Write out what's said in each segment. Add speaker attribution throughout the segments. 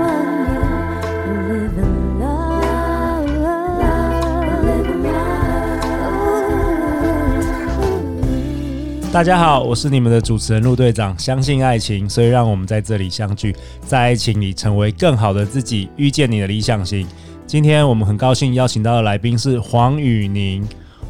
Speaker 1: love you, live in love, live in love.
Speaker 2: 大家好，我是你们的主持人陆队长。相信爱情，所以让我们在这里相聚，在爱情里成为更好的自己，遇见你的理想型。今天我们很高兴邀请到的来宾是黄宇宁。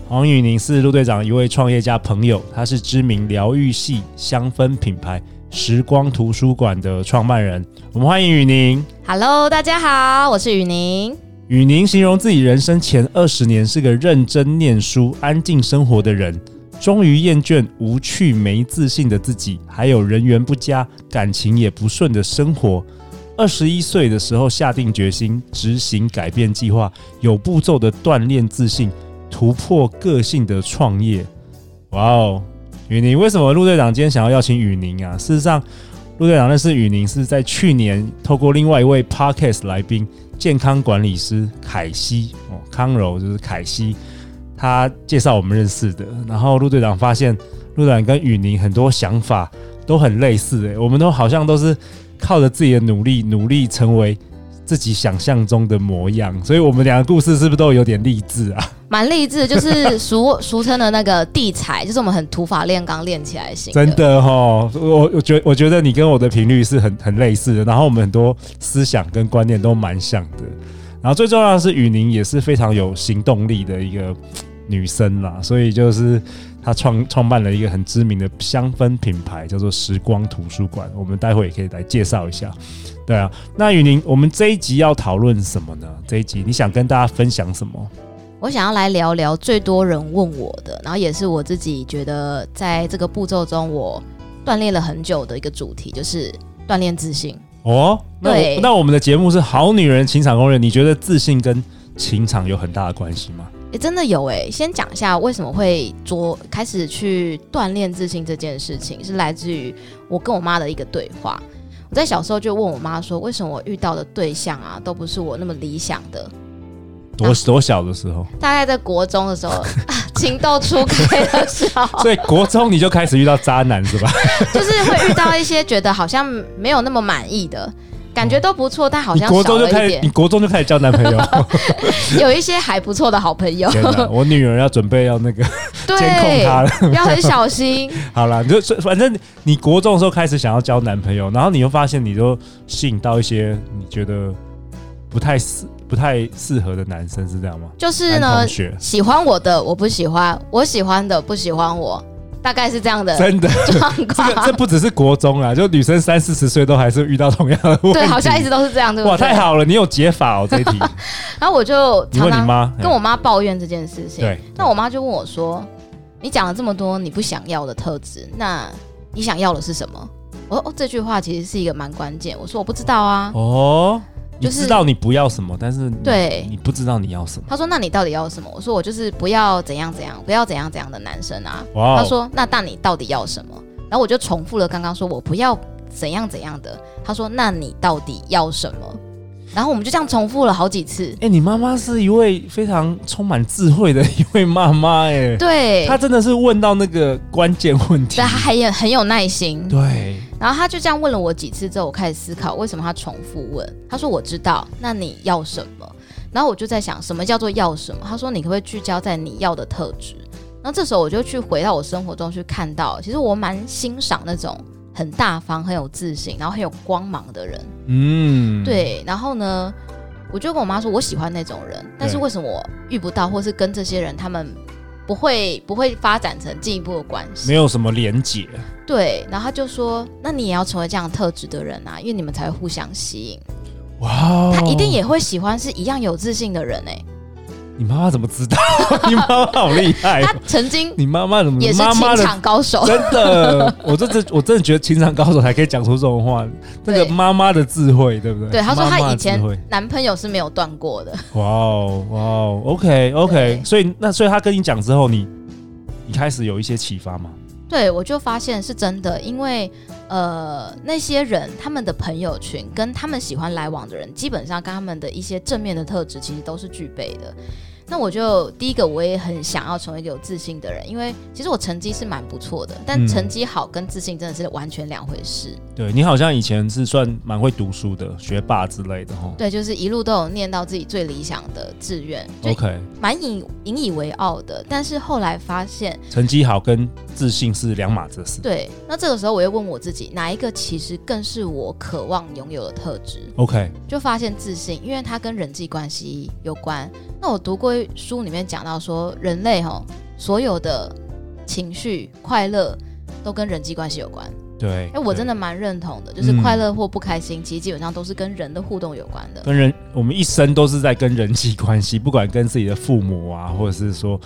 Speaker 2: 黄宇宁是陆队长一位创业家朋友，他是知名疗愈系香氛品牌时光图书馆的创办人。我们欢迎宇宁。
Speaker 3: Hello，大家好，我是雨宁。
Speaker 2: 与您形容自己人生前二十年是个认真念书、安静生活的人，终于厌倦无趣、没自信的自己，还有人缘不佳、感情也不顺的生活。二十一岁的时候下定决心执行改变计划，有步骤的锻炼自信，突破个性的创业。哇哦，雨宁，为什么陆队长今天想要邀请雨宁啊？事实上，陆队长认识雨宁是在去年透过另外一位 podcast 来宾健康管理师凯西哦，康柔就是凯西，他介绍我们认识的。然后陆队长发现，陆队长跟雨宁很多想法都很类似、欸诶，我们都好像都是靠着自己的努力，努力成为自己想象中的模样。所以我们两个故事是不是都有点励志啊？
Speaker 3: 蛮励志，就是俗俗称的那个地才，就是我们很土法炼钢练起来型的。
Speaker 2: 真的哦，我我觉我觉得你跟我的频率是很很类似的，然后我们很多思想跟观念都蛮像的。然后最重要的是，雨宁也是非常有行动力的一个女生啦，所以就是她创创办了一个很知名的香氛品牌，叫做时光图书馆。我们待会也可以来介绍一下。对啊，那雨宁，我们这一集要讨论什么呢？这一集你想跟大家分享什么？
Speaker 3: 我想要来聊聊最多人问我的，然后也是我自己觉得在这个步骤中我锻炼了很久的一个主题，就是锻炼自信。
Speaker 2: 哦，那
Speaker 3: 对
Speaker 2: 我那我们的节目是《好女人情场攻略》，你觉得自信跟情场有很大的关系吗？
Speaker 3: 诶，真的有诶，先讲一下为什么会做开始去锻炼自信这件事情，是来自于我跟我妈的一个对话。我在小时候就问我妈说，为什么我遇到的对象啊，都不是我那么理想的，啊
Speaker 2: 多多小的时候，
Speaker 3: 大概在国中的时候，啊 情窦初开的时候，
Speaker 2: 所以国中你就开始遇到渣男 是吧？
Speaker 3: 就是会遇到一些觉得好像没有那么满意的。感觉都不错，但好
Speaker 2: 你
Speaker 3: 像
Speaker 2: 国
Speaker 3: 少
Speaker 2: 中就
Speaker 3: 了
Speaker 2: 开
Speaker 3: 一
Speaker 2: 始，你
Speaker 3: 点。
Speaker 2: 国中就开始交男朋 友。
Speaker 3: 有一些还不错的好朋 友，
Speaker 2: 天 哪，我女儿要准备要那个监控
Speaker 3: 对
Speaker 2: 她，了。
Speaker 3: 要很小 心。
Speaker 2: 好啦，你就所以反正你国中的时候开始想要交男朋友，然后你又发现你就吸引到一些你觉得不太适、不太适合的男生，是这样吗？
Speaker 3: 就是
Speaker 2: 男
Speaker 3: 呢
Speaker 2: 同，学，
Speaker 3: 喜欢我的我不喜欢，我喜欢的不喜欢我，大概是这样的
Speaker 2: 真的。
Speaker 3: 状
Speaker 2: 这个
Speaker 3: 况
Speaker 2: 这。不只是国中啦，就女生三四十岁都还是遇到同样的问题。
Speaker 3: 对，好像一直都是这样，对不对？
Speaker 2: 哇，太。好了，你有解法哦这 一题。
Speaker 3: 然后我就
Speaker 2: 你问
Speaker 3: 常
Speaker 2: 你
Speaker 3: 常
Speaker 2: 妈，哎
Speaker 3: 跟我妈抱怨这件事情。
Speaker 2: 对
Speaker 3: 那我妈就问我说：“你讲了这么多你不想要的特质，那你想要的是什么？”我说：“哦，这句话其实是一个蛮关键。”我说：“我不知道啊。
Speaker 2: 哦，你
Speaker 3: 就是
Speaker 2: 知道你不要什么，但是你
Speaker 3: 对
Speaker 2: 你不知道你要什么。
Speaker 3: 她说：“那你到底要什么？”我说：“我就是不要怎样怎样，不要怎样怎样的男生啊。”
Speaker 2: 哇哦
Speaker 3: 她说：“那那你到底要什么？”然后我就重复了刚刚说我不要怎样怎样的。她说：“那你到底要什么？”然后我们就这样重复了好几次。
Speaker 2: 哎、你妈妈是一位非常充满智慧的一位妈妈，哎，
Speaker 3: 对，
Speaker 2: 她真的是问到那个关键问题
Speaker 3: 对，她。还也很有耐心。
Speaker 2: 对，
Speaker 3: 然后他就这样问了我几次之后，我开始思考为什么他重复问。他说：“我知道，那你要什么？”然后我就在想，什么叫做要什么？他说：“你可不可以聚焦在你要的特质？”然后这时候我就去回到我生活中去看到，其实我蛮欣赏那种很大方、很有自信，然后很有光芒的人。
Speaker 2: 嗯，，
Speaker 3: 对，然后呢，我就跟我妈说，我喜欢那种人，但是
Speaker 2: 对
Speaker 3: 为什么我遇不到，或是跟这些人他们不会不会发展成进一步的关系？
Speaker 2: 没有什么连结。
Speaker 3: 对，然后他就说：“那你也要成为这样特质的人啊，因为你们才会互相吸引。
Speaker 2: 哇哦，
Speaker 3: 他一定也会喜欢是一样有自信的人哎、
Speaker 2: 你妈妈怎么知道？ 你妈妈好厉害哦、
Speaker 3: 他曾经
Speaker 2: 你妈妈怎么？
Speaker 3: 也是
Speaker 2: 妈妈
Speaker 3: 情
Speaker 2: 的
Speaker 3: 场高手，
Speaker 2: 真的，我真的我真的觉得情场高手才可以讲出这种话，那个
Speaker 3: 对
Speaker 2: 妈妈的智慧，对不对？
Speaker 3: 对，他说
Speaker 2: 妈妈
Speaker 3: 他
Speaker 2: 的
Speaker 3: 以前
Speaker 2: 智慧
Speaker 3: 男朋友是没有断过的。
Speaker 2: 哇哦哇哦，OK OK，
Speaker 3: 对
Speaker 2: 所以那所以他跟你讲之后，你你开始有一些启发吗？
Speaker 3: 对，我就发现是真的，因为呃，那些人他们的朋友群跟他们喜欢来往的人，基本上跟他们的一些正面的特质其实都是具备的。那我就第一个，我也很想要成为一个有自信的人，因为其实我成绩是蛮不错的，但
Speaker 2: 嗯
Speaker 3: 成绩好跟自信真的是完全两回事。
Speaker 2: 对你好像以前是算蛮会读书的，学霸之类的哈。
Speaker 3: 对，就是一路都有念到自己最理想的志愿，就
Speaker 2: OK，
Speaker 3: 蛮引引以为傲的。但是后来发现，
Speaker 2: 成绩好跟自信是两码子事。
Speaker 3: 对，那这个时候我又问我自己，哪一个其实更是我渴望拥有的特质？
Speaker 2: OK，
Speaker 3: 就发现自信，因为它跟人际关系有关。那我读过书里面讲到说，人类哦，所有的情绪、快乐都跟人际关系有关。
Speaker 2: 对。
Speaker 3: 哎，我
Speaker 2: 对
Speaker 3: 真的蛮认同的，就是
Speaker 2: 嗯
Speaker 3: 快乐或不开心，其实基本上都是跟人的互动有关的。
Speaker 2: 跟人，我们一生都是在跟人际关系，不管跟自己的父母啊，或者是说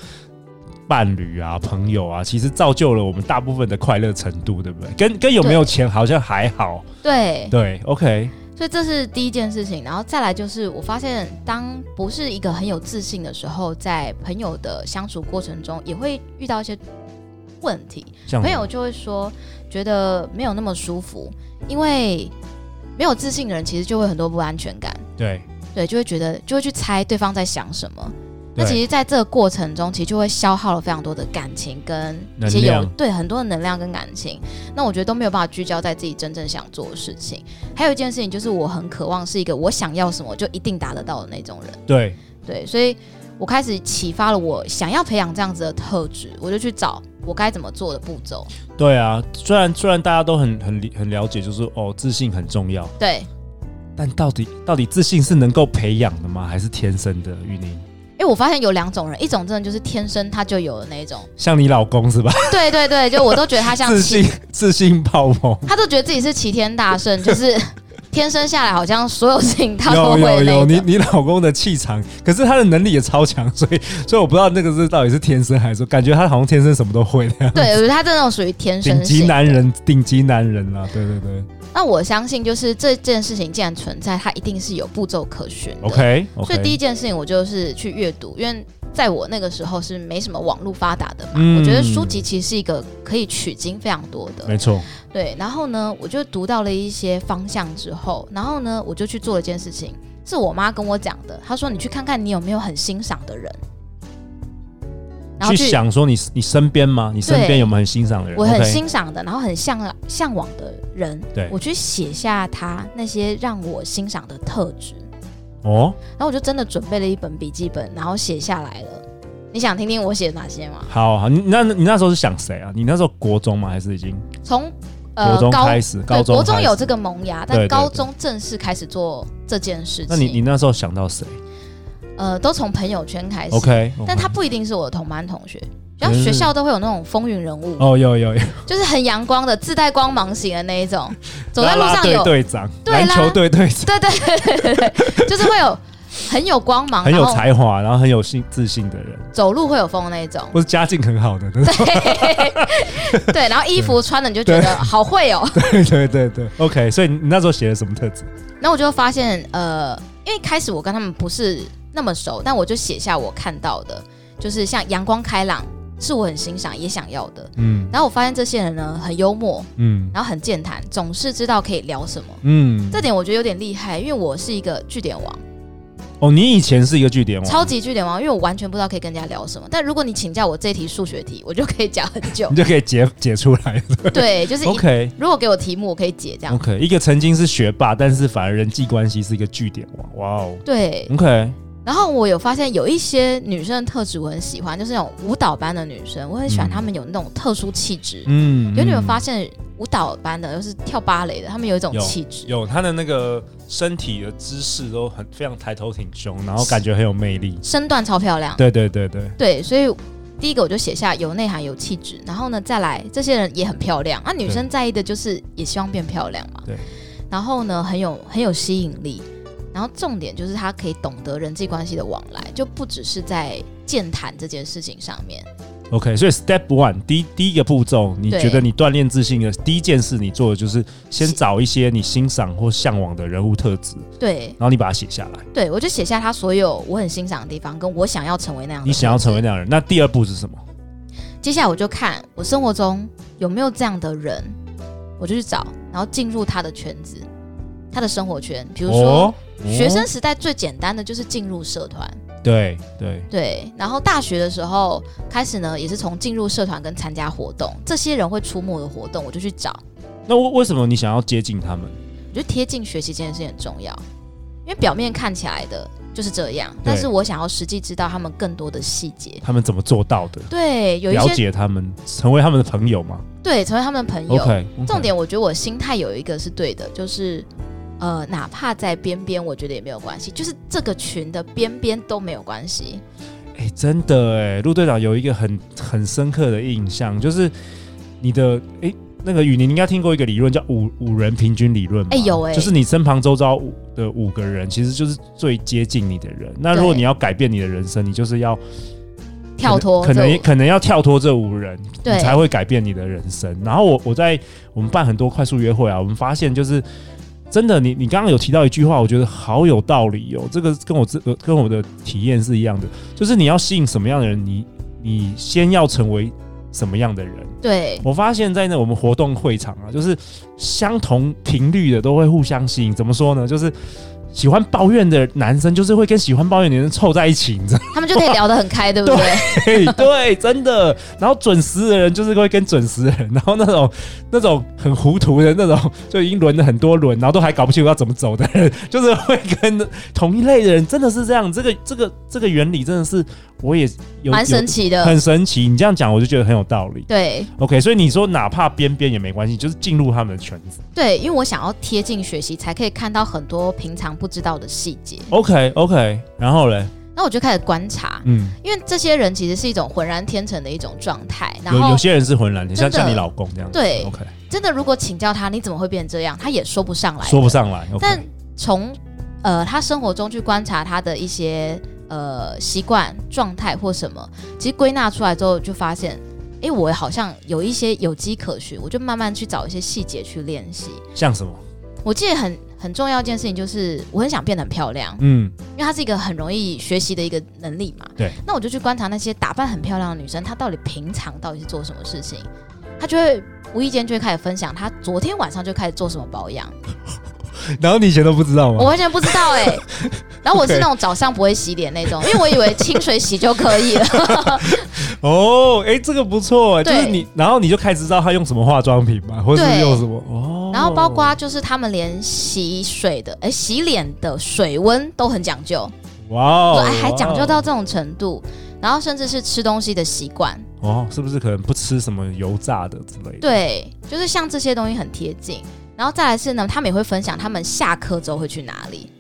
Speaker 2: 伴侣啊、朋友啊，其实造就了我们大部分的快乐程度，对不对？跟跟有没有钱好像还好，
Speaker 3: 对，
Speaker 2: 对，OK，
Speaker 3: 所以这是第一件事情，然后再来就是我发现，当不是一个很有自信的时候，在朋友的相处过程中，也会遇到一些问题。
Speaker 2: 这样
Speaker 3: 朋友就会说，觉得没有那么舒服，因为没有自信的人其实就会很多不安全感，
Speaker 2: 对，
Speaker 3: 对，就会觉得就会去猜对方在想什么。那
Speaker 2: 对
Speaker 3: 其实，在这个过程中，其实就会消耗了非常多的感情跟一些
Speaker 2: 能
Speaker 3: 有
Speaker 2: 量
Speaker 3: 对很多的能量跟感情。那我觉得都没有办法聚焦在自己真正想做的事情。还有一件事情就是，我很渴望是一个我想要什么就一定达得到的那种人。
Speaker 2: 对，
Speaker 3: 对，所以我开始启发了我想要培养这样子的特质，我就去找我该怎么做的步骤。
Speaker 2: 对啊。虽然虽然大家都很很理很了解，就是哦，自信很重要，
Speaker 3: 对，
Speaker 2: 但到底到底自信是能够培养的吗？还是天生的？玉宁，
Speaker 3: 因为我发现有两种人，一种真的就是天生他就有的那一种，
Speaker 2: 像你老公是吧？
Speaker 3: 对对对，就我都觉得他像
Speaker 2: 自
Speaker 3: 齐
Speaker 2: 信，自信爆棚，
Speaker 3: 他都觉得自己是齐天大圣，就是 天生下来好像所有事情他都
Speaker 2: 有
Speaker 3: 会
Speaker 2: 有
Speaker 3: 的那
Speaker 2: 有，
Speaker 3: 一
Speaker 2: 你
Speaker 3: 种。
Speaker 2: 你老公的气场，可是他的能力也超强，所以 所以我不知道那个是到底是天生还是说感觉他好像天生什么都会的，
Speaker 3: 对，我觉得他真的属于天
Speaker 2: 顶
Speaker 3: 生
Speaker 2: 级
Speaker 3: 型。
Speaker 2: 男人，顶级男人啦，对对对
Speaker 3: 那我相信，就是这件事情既然存在，它一定是有步骤可循的。
Speaker 2: ，OK
Speaker 3: 所以第
Speaker 2: OK，
Speaker 3: 一件事情，我就是去阅读，因为在我那个时候是没什么网络发达的嘛，
Speaker 2: 嗯
Speaker 3: 我觉得书籍其实是一个可以取经非常多的。
Speaker 2: 没错，
Speaker 3: 对，然后呢，我就读到了一些方向之后，然后呢，我就去做了一件事情，是我妈跟我讲的。她说：“你去看看你有没有很欣赏的人。”然后
Speaker 2: 去
Speaker 3: 去
Speaker 2: 想说你你身边吗？你身边有没有很欣赏的人？
Speaker 3: 我很
Speaker 2: OK，
Speaker 3: 欣赏的，然后很向向往的人，
Speaker 2: 对
Speaker 3: 我去写下他那些让我欣赏的特质，
Speaker 2: 哦，
Speaker 3: 然后我就真的准备了一本笔记本，然后写下来了。你想听听我写哪些吗？
Speaker 2: 好好，你那你那时候是想谁啊？你那时候国中吗？还是已经
Speaker 3: 从呃
Speaker 2: 国中
Speaker 3: 高
Speaker 2: 开始？
Speaker 3: 对
Speaker 2: 高中
Speaker 3: 国中
Speaker 2: 开始
Speaker 3: 有这，个萌芽，
Speaker 2: 对
Speaker 3: 但
Speaker 2: 对
Speaker 3: 高
Speaker 2: 对
Speaker 3: 中正式开始做这件事情。
Speaker 2: 那你你那时候想到谁
Speaker 3: 呃，都从朋友圈开始。
Speaker 2: ？OK，
Speaker 3: 但他不一哎定是我的同班同学，像
Speaker 2: 嗯
Speaker 3: 学校都会有那种风云人物，
Speaker 2: 哦有有有，
Speaker 3: 就是很阳光的、自带光芒型的那一种，走在路
Speaker 2: 啦啦
Speaker 3: 上
Speaker 2: 队
Speaker 3: 有，
Speaker 2: 队长，
Speaker 3: 对啦
Speaker 2: 篮球队队长，
Speaker 3: 对对对对对对，就是会有很有光芒，
Speaker 2: 很有
Speaker 3: 然后
Speaker 2: 才华，然后很有信自信的人。，
Speaker 3: 走路会有风的那一种
Speaker 2: 或是家境很好的，对
Speaker 3: 对，然后衣服穿的你就觉得好会哦。
Speaker 2: 对 对对对，OK。所以你那时候写了什么特质？
Speaker 3: 然后我就发现，呃，因为开始我跟他们不是那么熟，但我就写下我看到的，就是像阳光开朗，是我很欣赏也想要的。
Speaker 2: 嗯
Speaker 3: 然后我发现这些人呢，很幽默，
Speaker 2: 嗯
Speaker 3: 然后很健谈，总是知道可以聊什么。
Speaker 2: 嗯。
Speaker 3: 这点我觉得有点厉害，因为我是一个据点王，
Speaker 2: 哦，你以前是一个据点王，
Speaker 3: 超级据点王，因为我完全不知道可以跟人家聊什么。但如果你请教我这题数学题，我就可以讲很久
Speaker 2: 你。就可以解解出来。
Speaker 3: 对，就是一
Speaker 2: OK 哦
Speaker 3: 如果给我题目，我可以解这样。
Speaker 2: OK，一个曾经是学霸，但是反而人际关系是一个据点王。哇哦
Speaker 3: 对，
Speaker 2: ，OK，
Speaker 3: 然后我有发现有一些女生的特质我很喜欢，就是那种舞蹈班的女生，我很喜欢
Speaker 2: 嗯
Speaker 3: 她们有那种特殊气质。
Speaker 2: 嗯，
Speaker 3: 有你们
Speaker 2: 嗯
Speaker 3: 发现舞蹈班的，又是跳芭蕾的，她们有一种
Speaker 2: 有
Speaker 3: 气质。
Speaker 2: 有他的那个身体的姿势都很非常抬头挺胸，然后感觉很有魅力。
Speaker 3: 身段超漂亮，
Speaker 2: 对对对对，
Speaker 3: 对，所以第一个我就写下有内涵、有气质，然后呢，再来这些人也很漂亮。那、女生在意的就是也希望变漂亮嘛。
Speaker 2: 对。
Speaker 3: 然后呢，很有很有吸引力，然后重点就是她可以懂得人际关系的往来，就不只是在健谈这件事情上面。
Speaker 2: OK，所以 Step One 第一第一个步骤，你
Speaker 3: 对
Speaker 2: 觉得你锻炼自信的第一件事，你做的就是先
Speaker 3: 是
Speaker 2: 找一些你欣赏或向往的人物特质，
Speaker 3: 对
Speaker 2: 然后你把它写下来。
Speaker 3: 对，我就写下她所有我很欣赏的地方，跟我想要成为那样的。
Speaker 2: 你想要成为那样的人，那第二步是什么？
Speaker 3: 接下来我就看我生活中有没有这样的人，我就去找，然后进入他的圈子，他的生活圈。比如说，
Speaker 2: 哦，
Speaker 3: 学生时代最简单的就是进入社团，
Speaker 2: 对对，
Speaker 3: 对。然后大学的时候开始呢，也是从进入社团跟参加活动，这些人会出没的活动，我就去找。
Speaker 2: 那为为什么你想要接近他们？
Speaker 3: 我觉得贴近学习这件事情很重要，因为表面看起来的就是这样，
Speaker 2: 对
Speaker 3: 但是我想要实际知道他们更多的细节。
Speaker 2: 他们怎么做到的？
Speaker 3: 对，有一
Speaker 2: 了
Speaker 3: 些
Speaker 2: 解他们，成为他们的朋友嘛
Speaker 3: 对成为他们朋友。
Speaker 2: ？OK，
Speaker 3: 重点，我觉得我心态有一个是对的，就是呃，哪怕在边边，我觉得也没有关系，就是这个群的边边都没有关系。
Speaker 2: 哎、真的哎，陆队长有一个很很深刻的印象，就是你的哎、那个雨宁你应该听过一个理论叫五五人平均理论吧，
Speaker 3: 哎有哎
Speaker 2: 就是你身旁周遭五的五个人，其实就是最接近你的人。那如果
Speaker 3: 对
Speaker 2: 你要改变你的人生，你就是要
Speaker 3: 跳脱
Speaker 2: 可能可
Speaker 3: 这
Speaker 2: 能可能要跳脱这五人，
Speaker 3: 对
Speaker 2: 你才会改变你的人生。然后我我在我们办很多快速约会啊，我们发现就是真的，你你刚刚有提到一句话，我觉得好有道理哦。这个跟我自呃跟我的体验是一样的，就是你要吸引什么样的人，你你先要成为什么样的人。
Speaker 3: 对
Speaker 2: 我发现，在那我们活动会场啊，就是相同频率的都会互相吸引。怎么说呢？就是喜欢抱怨的男生，就是会跟喜欢抱怨的人凑在一起，你知道吗
Speaker 3: 他们就可以聊得很开，对不对？
Speaker 2: 嘿 对，真的。然后准时的人就是会跟准时的人，然后那种 那种很糊涂的那种，就已经轮了很多轮，然后都还搞不清楚要怎么走的人， 就是会跟同一类的人，真的是这样。这个这个这个原理真的是我也有
Speaker 3: 蛮神奇
Speaker 2: 有
Speaker 3: 的。
Speaker 2: 很神奇。你这样讲，我就觉得很有道理。
Speaker 3: 对
Speaker 2: OK，所以你说哪怕边边也没关系，就是进入他们的圈子。
Speaker 3: 对，因为我想要贴近学习，才可以看到很多平常不知道的细节。
Speaker 2: OK OK，然后嘞，
Speaker 3: 那我就开始观察，
Speaker 2: 嗯，
Speaker 3: 因为这些人其实是一种浑然天成的一种状态。然
Speaker 2: 有
Speaker 3: 后
Speaker 2: 有些人是浑然天，像
Speaker 3: 真的
Speaker 2: 像你老公这样子。
Speaker 3: 对
Speaker 2: ，OK，
Speaker 3: 真的，如果请教他你怎么会变成这样，他也说不上来，
Speaker 2: 说不。上来。OK
Speaker 3: 但从呃他生活中去观察他的一些呃习惯、状态或什么，其实归纳出来之后，就发现，哎、我好像有一些有迹可循，我就慢慢去找一些细节去练习。
Speaker 2: 像什么？
Speaker 3: 我记得很很重要一件事情就是，我很想变得很漂亮，
Speaker 2: 嗯，
Speaker 3: 因为它是一个很容易学习的一个能力嘛。
Speaker 2: 对。
Speaker 3: 那我就去观察那些打扮很漂亮的女生，她到底平常到底是做什么事情，她就会无意间就会开始分享，她昨天晚上就开始做什么保养，
Speaker 2: 嗯然后你以前都不知道吗
Speaker 3: 我？完全不知道哎、 然后我是那种早上不会洗脸那种，因为我以为清水洗就可 以了。
Speaker 2: 哦，哎、这个不错哎、就
Speaker 3: 对
Speaker 2: 是你，然后你就开始知道他用什么化妆品嘛，或者是
Speaker 3: 对
Speaker 2: 用什么哦。
Speaker 3: 然后包括就是他们连洗水的，哎、洗脸的水温都很讲究，
Speaker 2: 哇哦，
Speaker 3: 哎，还讲究
Speaker 2: 哇
Speaker 3: 到这种程度。然后甚至是吃东西的习惯，
Speaker 2: 哦，是不是可能不吃什么油炸的之类的？，
Speaker 3: 对，就是像这些东西很贴近。然后再来是呢，他们也会分享他们下课之后会去哪里，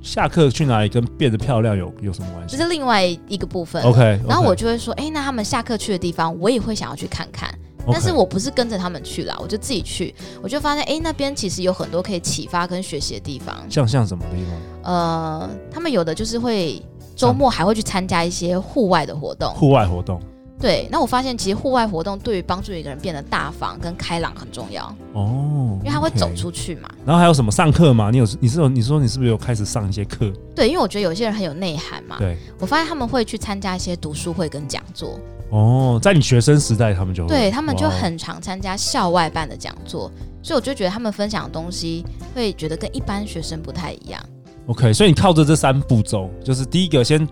Speaker 2: 下课去哪里跟变得漂亮有有什么关
Speaker 3: 这
Speaker 2: 系
Speaker 3: 是另外一个部分。
Speaker 2: ？OK，
Speaker 3: 然后我就会说，哎、那他们下课去的地方，我也会想要去看看。但是我不是跟着他们去啦，我就自己去，我就发现，诶，那边其实有很多可以启发跟学习的地方。
Speaker 2: 像像什么地方？
Speaker 3: 呃，他们有的就是会周末还会去参加一些户外的活动。
Speaker 2: 户外活动
Speaker 3: 对，那我发现其实户外活动对于帮助一个人变得大方跟开朗很重要，
Speaker 2: 哦，
Speaker 3: 因为他会
Speaker 2: OK
Speaker 3: 走。出去嘛。
Speaker 2: 然后还有什么上课吗？你有你是有你说你是不是有开始上一些课？
Speaker 3: 对，因为我觉得有些人很有内涵嘛。
Speaker 2: 对，
Speaker 3: 我发现他们会去参加一些读书会跟讲座，
Speaker 2: 哦，在你学生时代他们就会
Speaker 3: 对他们就
Speaker 2: 哇哦
Speaker 3: 很常参加校外办的讲座，所以我就觉得他们分享的东西会觉得跟一般学生不太一样。
Speaker 2: OK，所以你靠着这三步骤，就是第一个先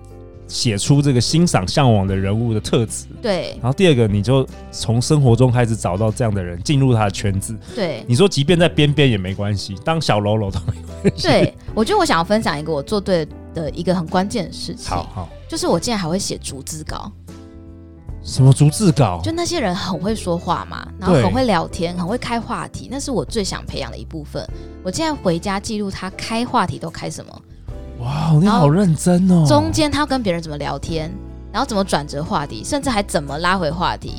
Speaker 2: 写出这个欣赏向往的人物的特质，
Speaker 3: 对
Speaker 2: 然后第二个你就从生活中开始找到这样的人，进入他的圈子。
Speaker 3: 对，
Speaker 2: 你说即便在边边也没关系，当小喽啰都没有。
Speaker 3: 对，我觉得我想要分享一个我做对的一个很关键的事情，
Speaker 2: 好好，
Speaker 3: 就是我竟然还会写逐字稿。
Speaker 2: 什么逐字稿
Speaker 3: 就？那些人很会说话嘛，然后
Speaker 2: 对
Speaker 3: 很会聊天，很会开话题，那是我最想培养的一部分。我竟然回家记录他开话题都开什么，
Speaker 2: 哇，你
Speaker 3: 然
Speaker 2: 好
Speaker 3: 后
Speaker 2: 认真哦。
Speaker 3: 中间他跟别人怎么聊天，然后怎么转折话题，甚至还怎么拉回话题。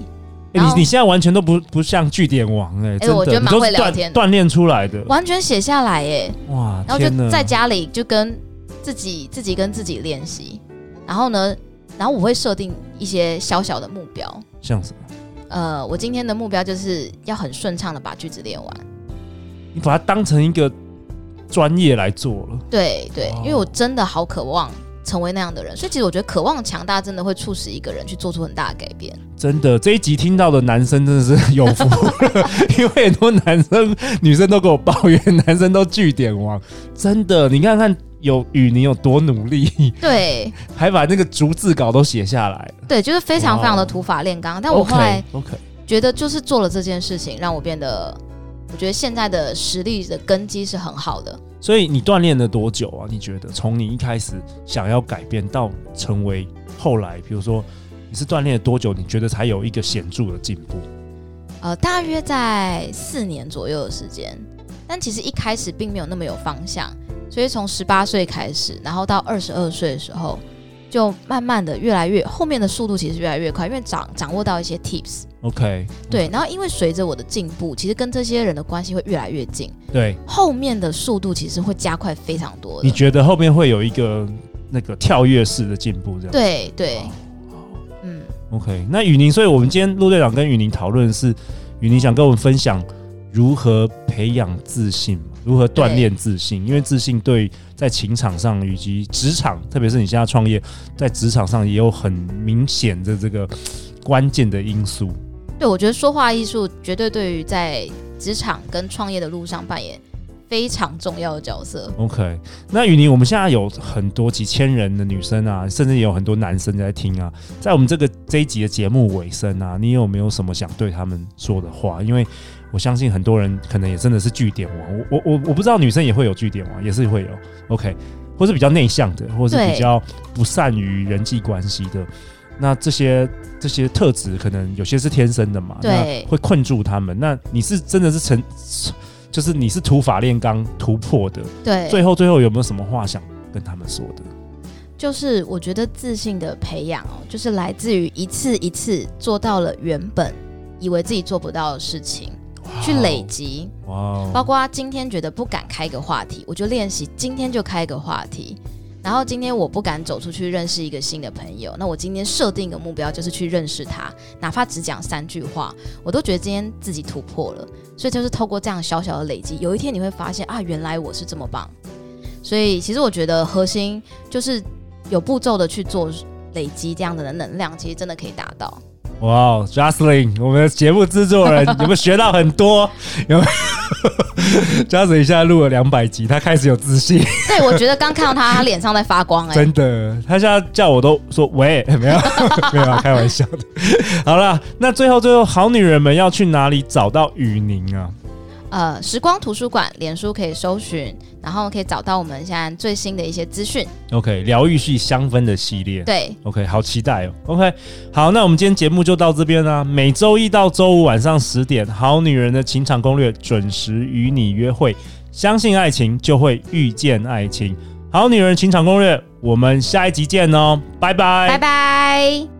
Speaker 2: 诶
Speaker 3: 然后
Speaker 2: 欸
Speaker 3: 欸
Speaker 2: 你你现在完全都不不像据点王哎、真的，
Speaker 3: 我觉得
Speaker 2: 你
Speaker 3: 蛮
Speaker 2: 都
Speaker 3: 会
Speaker 2: 是
Speaker 3: 聊
Speaker 2: 锻
Speaker 3: 天的
Speaker 2: 锻炼出来的。
Speaker 3: 完全写下来耶，
Speaker 2: 哇，
Speaker 3: 然后
Speaker 2: 呃天哪
Speaker 3: 就在家里就跟自己自己跟自己练习，然后呢，然后我会设定一些小小的目标，
Speaker 2: 像什么？
Speaker 3: 呃，我今天的目标就是要很顺畅的把句子练完。
Speaker 2: 你把它当成一个专业来做了。
Speaker 3: 对对
Speaker 2: 哦，
Speaker 3: 因为我真的好渴望成为那样的人。所以其实我觉得渴望强大真的会促使一个人去做出很大的改变。
Speaker 2: 真的，这一集听到的男生真的是有 福了，因为很多男生、女生都给我抱怨，男生都据点王。真的，你看看有雨宁有多努力，
Speaker 3: 对
Speaker 2: 还把那个逐字稿都写下来。
Speaker 3: 对，就是非常非常的土法炼钢。但我后来
Speaker 2: 哦 OK OK，
Speaker 3: 觉得就是做了这件事情，让我变得，我觉得现在的实力的根基是很好的。
Speaker 2: 所以你锻炼了多久啊？你觉得从你一开始想要改变到成为后来，比如说你是锻炼了多久？你觉得才有一个显著的进步？
Speaker 3: 呃，大约在四年左右的时间，但其实一开始并没有那么有方向，所以从十八岁开始，然后到二十二岁的时候，就慢慢的越来越后面的速度其实越来越快，因为掌掌握到一些 tips，
Speaker 2: OK，嗯
Speaker 3: 对，然后因为随着我的进步，其实跟这些人的关系会越来越近，
Speaker 2: 对，
Speaker 3: 后面的速度其实会加快非常多
Speaker 2: 你
Speaker 3: 的，
Speaker 2: 觉得后面会有一个那个跳跃式的进步这样？
Speaker 3: 对
Speaker 2: 哦
Speaker 3: 对，嗯。
Speaker 2: OK，那雨宁，所以我们今天陆队长跟雨宁讨论的是，雨宁想跟我们分享如何培养自信嘛，如何锻炼自信，因为自信对在情场上以及职场，特别是你现在创业，在职场上也有很明显的这个关键的因素。
Speaker 3: 对，我觉得说话艺术绝对对于在职场跟创业的路上扮演非常重要的角色。
Speaker 2: OK，那雨宁，我们现在有很多几千人的女生啊，甚至也有很多男生在听啊。在我们这个这一集的节目尾声啊，你有没有什么想对他们说的话？因为我相信很多人可能也真的是据点王，我我我我不知道女生也会有据点王，也是会有 OK，或是比较内向的，或是
Speaker 3: 对
Speaker 2: 比较不善于人际关系的。那这些这些特质，可能有些是天生的嘛，
Speaker 3: 对
Speaker 2: 那会困住他们。那你是真的是成，就是你是土法炼钢突破的，
Speaker 3: 对，
Speaker 2: 最后最后有没有什么话想跟他们说的？
Speaker 3: 就是我觉得自信的培养哦，就是来自于一次一次做到了原本以为自己做不到的事情，去累积。
Speaker 2: 哇哦，
Speaker 3: 包括今天觉得不敢开个话题，我就练习今天就开个话题。然后今天我不敢走出去认识一个新的朋友，那我今天设定一个目标就是去认识他，哪怕只讲三句话，我都觉得今天自己突破了。所以就是透过这样小小的累积，有一天你会发现啊，原来我是这么棒。所以其实我觉得核心就是有步骤的去做累积这样的能量，其实真的可以达到。
Speaker 2: 哇哦，Jocelyn，我们的节目制作 人有没有学到很多？有 没有？Jocelyn 现在录了两百集，他开始有自信，
Speaker 3: 对，我觉得刚看到他，他脸上在发光哎、
Speaker 2: 真的。他现在叫我都说喂， 没有没有啊，开玩笑的。好啦，那最后最后，好女人们要去哪里找到雨宁啊？
Speaker 3: 呃，时光图书馆脸书可以搜寻，然后可以找到我们现在最新的一些资讯。
Speaker 2: OK，疗愈系香氛的系列。
Speaker 3: 对，
Speaker 2: OK，好期待哦。OK，好，那我们今天节目就到这边啦、每周一到周五晚上十点，《好女人的情场攻略》准时与你约会。相信爱情，就会遇见爱情。《好女人情场攻略》，我们下一集见哦，拜拜
Speaker 3: 拜拜。